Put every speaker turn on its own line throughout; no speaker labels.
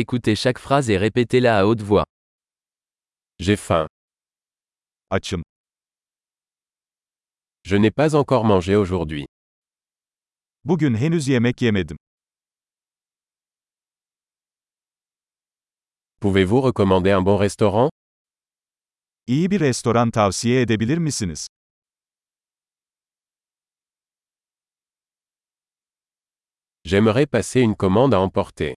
Écoutez chaque phrase et répétez-la à haute voix.
J'ai faim.
Açım.
Je n'ai pas encore mangé aujourd'hui.
Bugün henüz yemek yemedim.
Pouvez-vous recommander un bon restaurant
İyi bir restoran tavsiye edebilir misiniz?
J'aimerais passer une commande à emporter.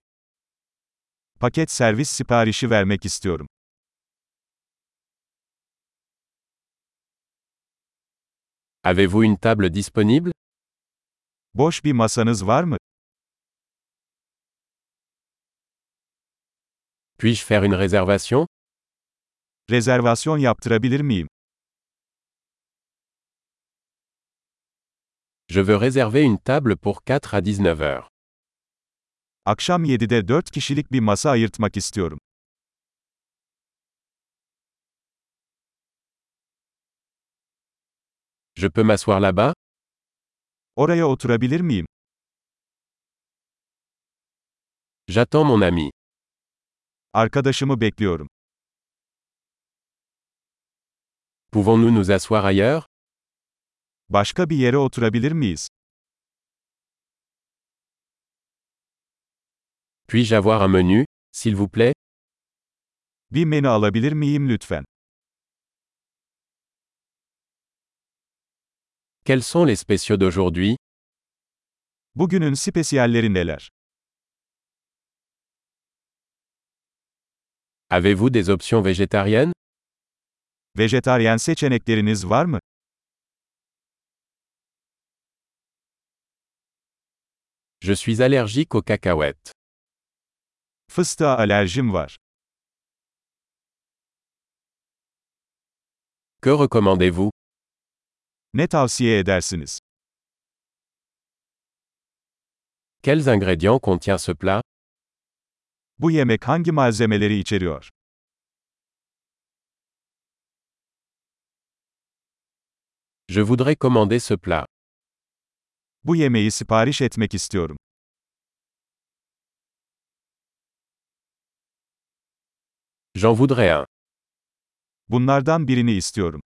Paket servis siparişi vermek istiyorum.
Avez-vous une table disponible
Boş bir masanız var mı?
Puis-je faire une réservation
Rezervasyon yaptırabilir miyim?
Je veux réserver une table pour 4 à 19 heures.
Akşam 7'de 4 kişilik bir masa ayırtmak istiyorum.
Je peux m'asseoir là-bas
Oraya oturabilir miyim?
J'attends mon ami.
Arkadaşımı bekliyorum.
Pouvons-nous nous asseoir ailleurs
Başka bir yere oturabilir miyiz?
Puis-je avoir un menu, s'il vous plaît
Bir menü alabilir miyim lütfen?
Quels sont les spéciaux d'aujourd'hui
Bugünün spesiyalleri neler?
Avez-vous des options végétariennes
Vejetaryen seçenekleriniz var mı?
Je suis allergique aux cacahuètes.
Fıstığa alerjim var.
Que recommandez-vous
Ne tavsiye edersiniz?
Quels ingrédients contient ce plat
Bu yemek hangi malzemeleri içeriyor?
Je voudrais commander ce plat.
Bu yemeği sipariş etmek istiyorum.
J'en voudrais un.
Bunlardan birini istiyorum.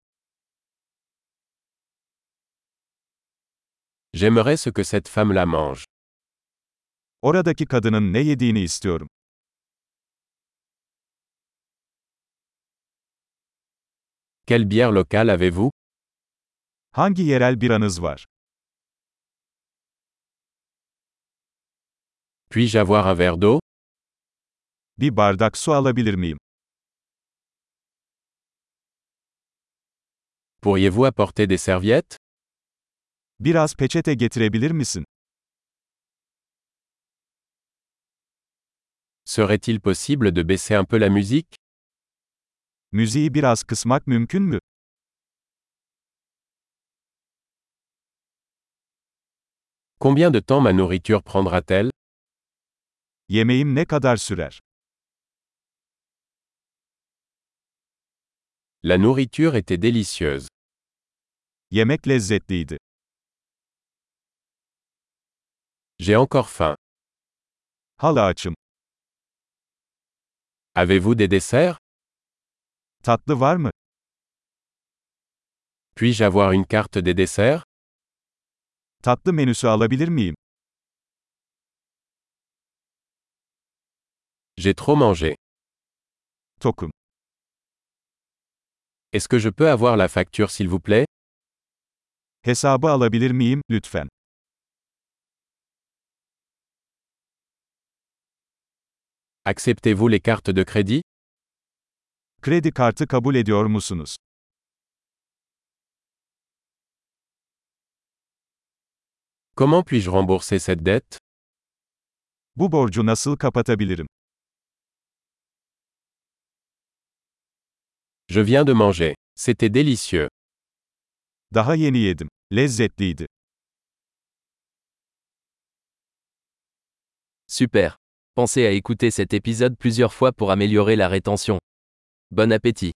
J'aimerais ce que cette femme la mange.
Oradaki kadının ne yediğini istiyorum.
Quelle bière locale avez-vous
Hangi yerel biranız var?
Puis-je avoir un verre d'eau
Bir bardak su alabilir miyim?
Pourriez-vous apporter des serviettes
Biraz peçete getirebilir misin?
Serait-il possible de baisser un peu la musique
Müziği biraz kısmak mümkün mü?
Combien de temps ma nourriture prendra-t-elle
Yemeğim ne kadar sürer?
La nourriture était délicieuse.
Yemek lezzetliydi.
J'ai encore faim.
Hala açım.
Avez-vous des desserts
Tatlı var mı?
Puis-je avoir une carte des desserts
Tatlı menüsü alabilir miyim?
J'ai trop mangé.
Tokum.
Est-ce que je peux avoir la facture s'il vous plaît
Hesabı alabilir miyim, lütfen?
Acceptez-vous les cartes de crédit
Kredi kartı kabul ediyor musunuz?
Comment puis-je rembourser cette dette
Bu borcu nasıl kapatabilirim?
Je viens de manger. C'était délicieux.
Daha yeni yedim. Lezzetliydi.
Super. Pensez à écouter cet épisode plusieurs fois pour améliorer la rétention. Bon appétit.